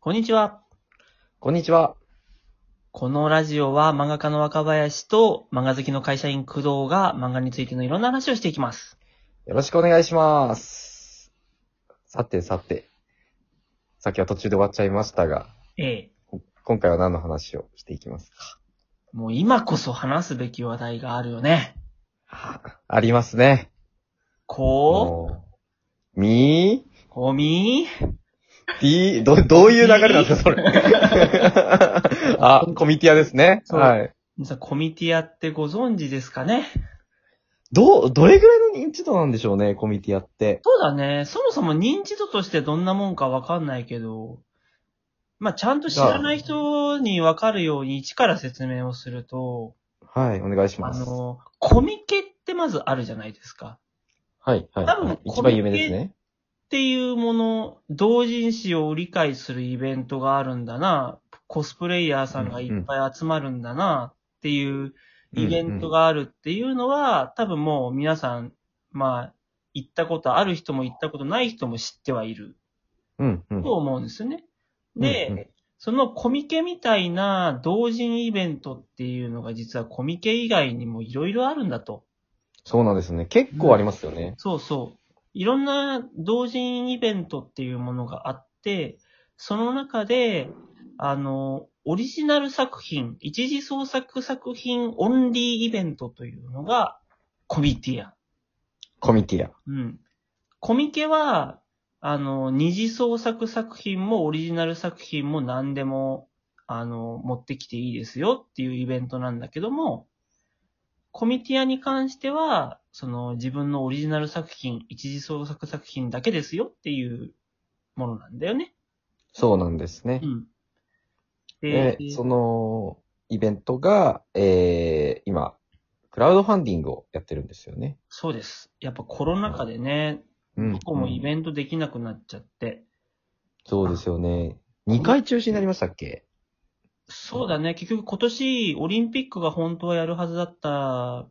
こんにちは。こんにちは。このラジオは漫画家の若林と漫画好きの会社員工藤が漫画についてのいろんな話をしていきます。よろしくお願いします。さてさて。さっきは途中で終わっちゃいましたが、ええ。今回は何の話をしていきますかもう今こそ話すべき話題があるよね。はあありますね。こもうみう、ゴミー、ぴ ー、ど、どういう流れなんですか、それ。 あ、コミティアですね。そうはい。皆さん、コミティアってご存知ですかねどう、どれぐらいの認知度なんでしょうね、コミティアって。そうだね。そもそも認知度としてどんなもんかわかんないけど、まあ、ちゃんと知らない人にわかるように一から説明をすると、はい、お願いしあます。の、コミケってまずあるじゃないですか。はい、はい多分はい。コ一ミケ番有名ですね。っていうもの、同人誌を理解するイベントがあるんだな、コスプレイヤーさんがいっぱい集まるんだな、っていうイベントがあるっていうのは、多分もう皆さん、まあ、行ったことある人も行ったことない人も知ってはいるうん、うん。と思うんですよね。うんで、うんそのコミケみたいな同人イベントっていうのが実はコミケ以外にもいろいろあるんだと。そうなんですね。結構ありますよね。そうそう。いろんな同人イベントっていうものがあって、その中で、あの、オリジナル作品、一次創作作品オンリーイベントというのが、コミティア。コミティア。うん。コミケは、あの、二次創作作品もオリジナル作品も何でも、あの、持ってきていいですよっていうイベントなんだけども、コミティアに関しては、その自分のオリジナル作品、一次創作作品だけですよっていうものなんだよね。そうなんですねう。ん。で、その、イベントが、えー、今、クラウドファンディングをやってるんですよね。そうです。やっぱコロナ禍でね、うんどこもインベントできなくなっちゃって、ト。そうですよね。2回中止になりましたっけそうだね。結局今年オリンピックが本当はやるはずだった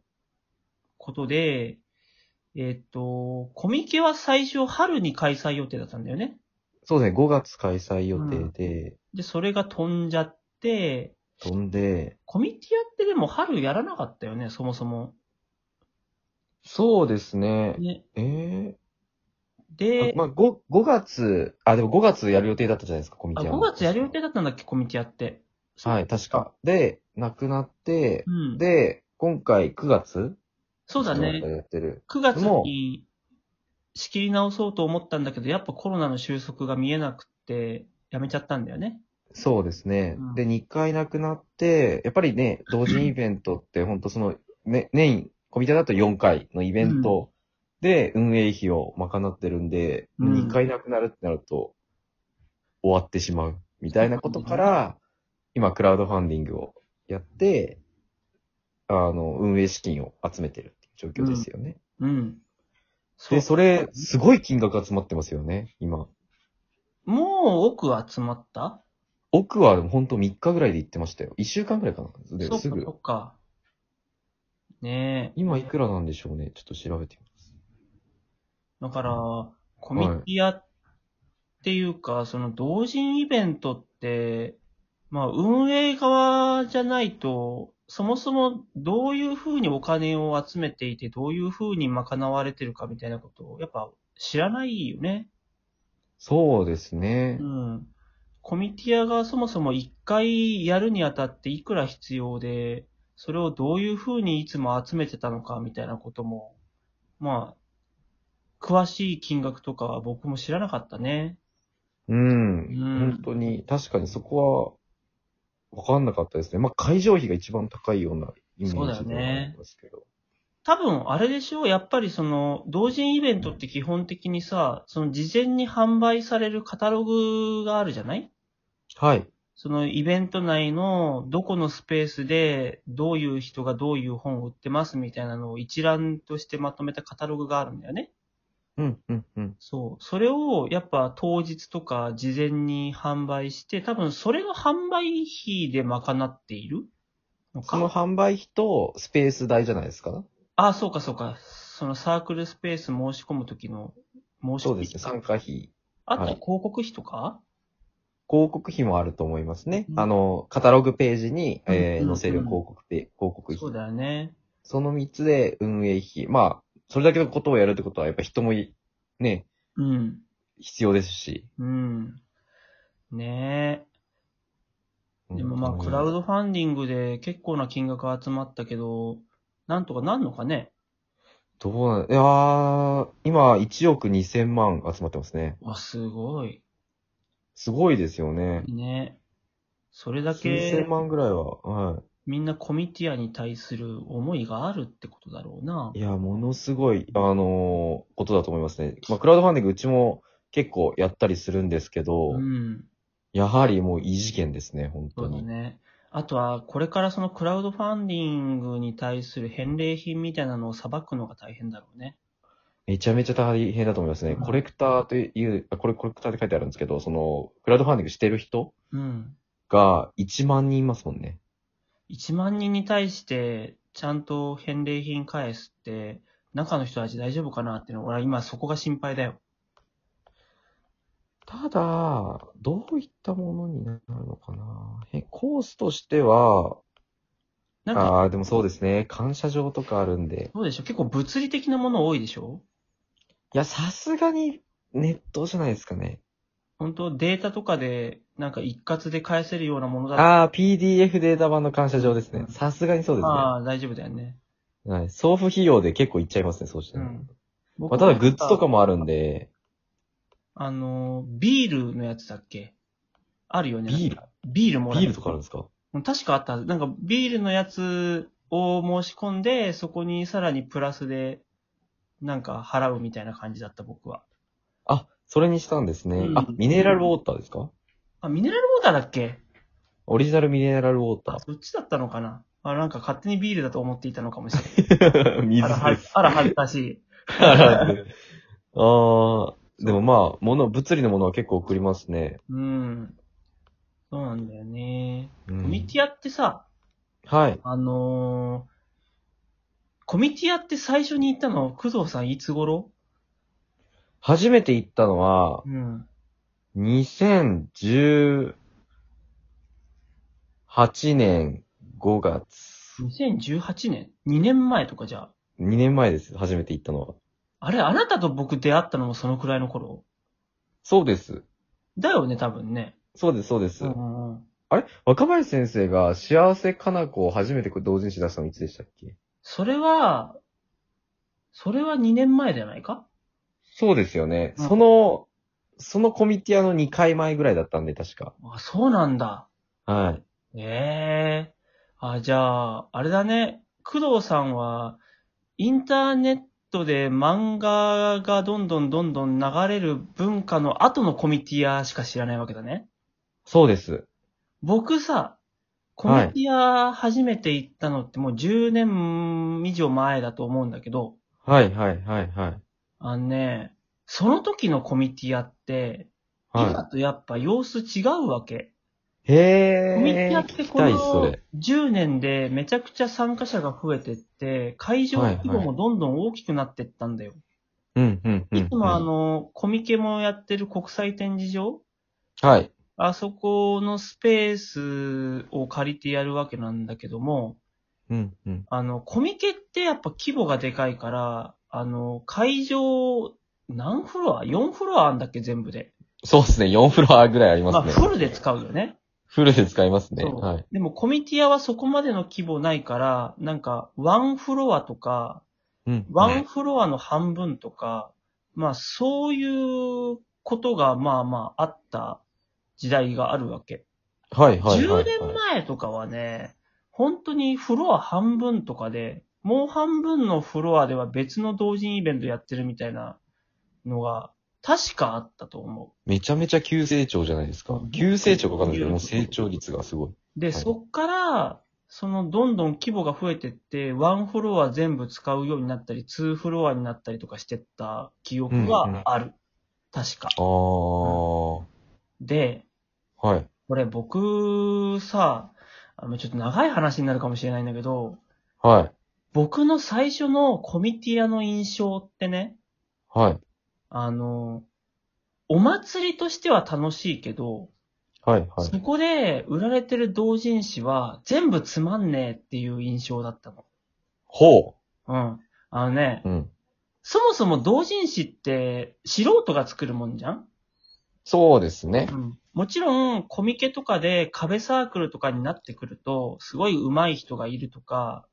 ことで、えっ、と、コミケは最初春に開催予定だったんだよね。そうですね、5月開催予定で、で、それが飛んじゃって、飛んで、コミティアってでも春やらなかったよね、そもそも。そうですね。ね、えーであ、まあ5、5月、あ、でも5月やる予定だったじゃないですか、コミあ、ティア5も月やる予定だったんだっけ、コミティアって。はい、確か。で、なくなってう、ん。で、今回9月そうだちょっとね。やってる。 9月もに仕切り直そうと思ったんだけど、やっぱコロナの収束が見えなくて、やめちゃったんだよね。そうですね。うんで、2回なくなって、やっぱり ね、同人イベントって、本当その、ね、年、コミティアだと4回のイベントで運営費を賄ってるんで、うん2回なくなるってなると、終わってしまう。みたいなことから、今、クラウドファンディングをやって、あの、運営資金を集めてるっていう状況ですよね。うん。そで、うそれ、すごい金額集まってますよね、今。もう奥集まった奥は本当3日ぐらいで行ってましたよ。1週間ぐらいかな。でそすうか、ぐそ。うか。ねえ。今いくらなんでしょうね。ちょっと調べてみます。だから、コミティアっていうか、その同人イベントって、まあ運営側じゃないと、そもそもどういうふうにお金を集めていて、どういうふうに賄われてるかみたいなことを、やっぱ知らないよね。そうですねう。ん。コミティアがそもそも一回やるにあたっていくら必要で、それをどういうふうにいつも集めてたのかみたいなことも、まあ、詳しい金額とかは僕も知らなかったね。うん。うん本当に、確かにそこは、わかんなかったですね。まあ、会場費が一番高いようなイメージでそうはだよねありますけど。多分、あれでしょうやっぱりその、同人イベントって基本的にさ、その事前に販売されるカタログがあるじゃないはい。そのイベント内のどこのスペースでどういう人がどういう本を売ってますみたいなのを一覧としてまとめたカタログがあるんだよね。うん、うん、うん。そう。それをやっぱ当日とか事前に販売して、多分それの販売費で賄っているのそのか。販売費とスペース代じゃないですか。あ、そうかそうか。そのサークルスペース申し込むときの申しそう込でみすね。参加費。あとはい広告費とか、広告費もあると思いますね。うんあの、カタログページに、えうんーうん載せる広告ペ、広告費。そうだよね。その3つで運営費。まあ、それだけのことをやるってことは、やっぱ人もい、ね、うん。必要ですし。うん。ねえ。でもまあ、クラウド。ドファンディングで結構な金額集まったけど、なんとかなんのかねどうなんいやー、今1億2000万集まってますね。わ、すごい。すごいですよね。ねそれだ数千け、万ぐらいは。はみんなコミティアに対する思いがあるってことだろうな。い。いや、ものすごい、あのーことだと思いますね。まあ、クラウドファンディングうちも結構やったりするんですけど、うん。やはりもう異次元ですね、本そ当うだに。ね。あとは、これからそのクラウドファンディングに対する返礼品みたいなのを裁くのが大変だろうね。めちゃめちゃ大変だと思いますね。うんコレクターという、あこれコレクターって書いてあるんですけど、その、クラウドファンディングしてる人うん。が1万人いますもんね。 1万人に対して、ちゃんと返礼品返すって、中の人たち大丈夫かなっていうの、俺は今そこが心配だよ。ただ、どういったものになるのかなへコースとしては、なんか、ああー、でもそうですね。感謝状とかあるんで。どうでしょう結構物理的なもの多いでしょいや、さすがにネットじゃないですかね。本当データとかで、なんか一括で返せるようなものだったら、ああ、PDF データ版の感謝状ですね。さすがにそうですね。まあ、大丈夫だよね。はい、送付費用で結構いっちゃいますね、そうして、うねん。まあ、ただグッズとかもあるんで、あの、ビールのやつだっけあるよね。ビールビールもらえビールとかあるんですかうん確かあったはず。なんかビールのやつを申し込んで、そこにさらにプラスで、なんか払うみたいな感じだった僕は。あ、それにしたんですね。うんあ、ミネラルウォーターですかあ、ミネラルウォーターだっけオリジナルミネラルウォーあ、タそっちだったのかなあ、なんか勝手にビールだと思っていたのかもしれない。ー。水あら、はでずす。あら、恥ずかしい。 ああ、でもまあ、物、物理のものは結構送りますね。うん。そうなんだよね。うコミん、ティアってさ、はい。あのー、コミティアって最初に行ったの、工藤さんいつ頃初めて行ったのは、うん。 2018年5月。 2018年 ?2 年前とかじゃあ。 2年前です、初めて行ったのは。あれ、あなたと僕出会ったのもそのくらいの頃そうです。だよね、多分ね。そうです、そうです。んうん。あれ若林先生が幸せかな子を初めてこう同人誌出したのいつでしたっけそれは、それは2年前じゃないかそうですよね。うんその、そのコミティアの2回前ぐらいだったんで、確か。あ、そうなんだ。はい。ええあ、じゃあ、あれだね。工藤さんは、インターネットで漫画がどんどんどんどん流れる文化の後のコミティアしか知らないわけだね。そうです。僕さ、コミティア初めて行ったのってもう10年以上前だと思うんだけど、はい、はい、はい、はい。あのね、その時のコミティアって、今はとやっぱ様子違うわけ。い。へー。コミティアって聞きこたい、そのれ。 10年でめちゃくちゃ参加者が増えてって、会場規模もどんどん大きくなってったんだよ。うん、うん、うん。いつもあ、の、コミケもやってる国際展示場はい。あそこのスペースを借りてやるわけなんだけども、うん、うん。あの、コミケってやっぱ規模がでかいから、あの、会場、何フロア ?4 フロアあんだっけ全部で。そうですね。4フロアぐらいありまあ、ますフね。ルで使うよね。フルで使いますね。そうはい。でもコミティアはそこまでの規模ないから、なんか、ワンフロアとか、うんワンフロアの半分とか、まあ、そういうことが、まあまあ、あった時代があるわけ。はい、はい、は10い。年前とかはね、本当にフロア半分とかで、もう半分のフロアでは別の同人イベントやってるみたいなのが、確かあったと思めちゃめちゃ急成長じゃないですか。急成長かわかんないですけど、もう成長率がすごい。う。で、はいそっから、そのどんどん規模が増えてって、ワンフロア全部使うようになったり、ツーフロアになったりとかしてった記憶がある。確か。あー。で、はい。これ僕さ、あのちょっと長い話になるかもしれないんだけど、はい。僕の最初のコミティアの印象ってね、はい。あの、お祭りとしては楽しいけど、はいはい。そこで売られてる同人誌は全部つまんねえっていう印象だったの。ほうん。あのね、う。うん。そもそも同人誌って素人が作るもんじゃんそうですねう。ん。もちろん、コミケとかで壁サークルとかになってくると、すごい上手い人がいるとか、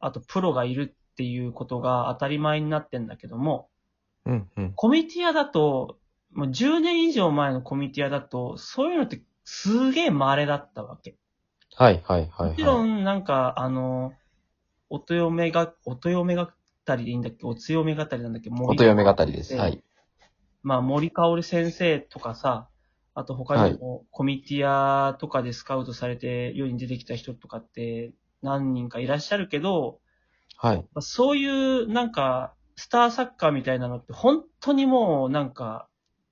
あとプロがいるっていうことが当たり前になってんだけども、うんうん。コミティアだと、もう10年以上前のコミティアだと、そういうのってすげえ稀だったわけ。はいはいはい、はい。もちろん、なんか、あの、音嫁が、音嫁がたりでいいんだっけお強めがたりなんだっけおと森よめ語りです。はい。まあ、森かおる先生とかさ、あと他にもコミティアとかでスカウトされて世に出てきた人とかって何人かいらっしゃるけど、はい。まあそういうなんかスターサッカーみたいなのって本当にもうなんか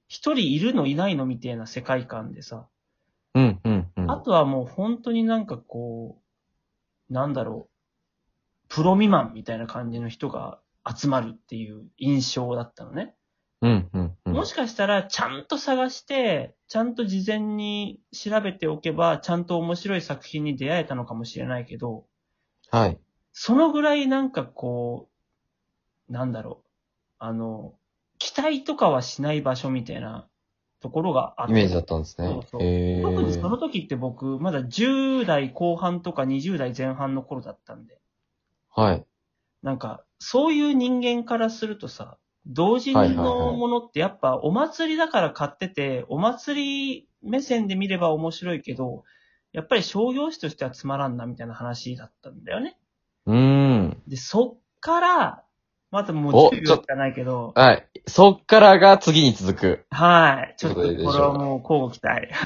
一人いるのいないのみたいな世界観でさ、うんうんうん。あとはもう本当になんかこう、なんだろう、プロ未満みたいな感じの人が集まるっていう印象だったのね。うんうんうん。もしかしたら、ちゃんと探して、ちゃんと事前に調べておけば、ちゃんと面白い作品に出会えたのかもしれないけど、はい。そのぐらいなんかこう、なんだろう、あの、期待とかはしない場所みたいなところがあってイメージだったんですねそう。そうええ特にそのー。時って僕、まだ10代後半とか20代前半の頃だったんで、はい。なんか、そういう人間からするとさ、同人のものってやっぱお祭りだから買ってて、お祭り目線で見れば面白いけど、やっぱり商業誌としてはつまらんなみたいな話だったんだよね。うーん。で、そっから、またもうお10ち秒ょしかないけど、はい。そっからが次に続く。はい。ちょっとちょっといいでしこょうれはもう交互期待。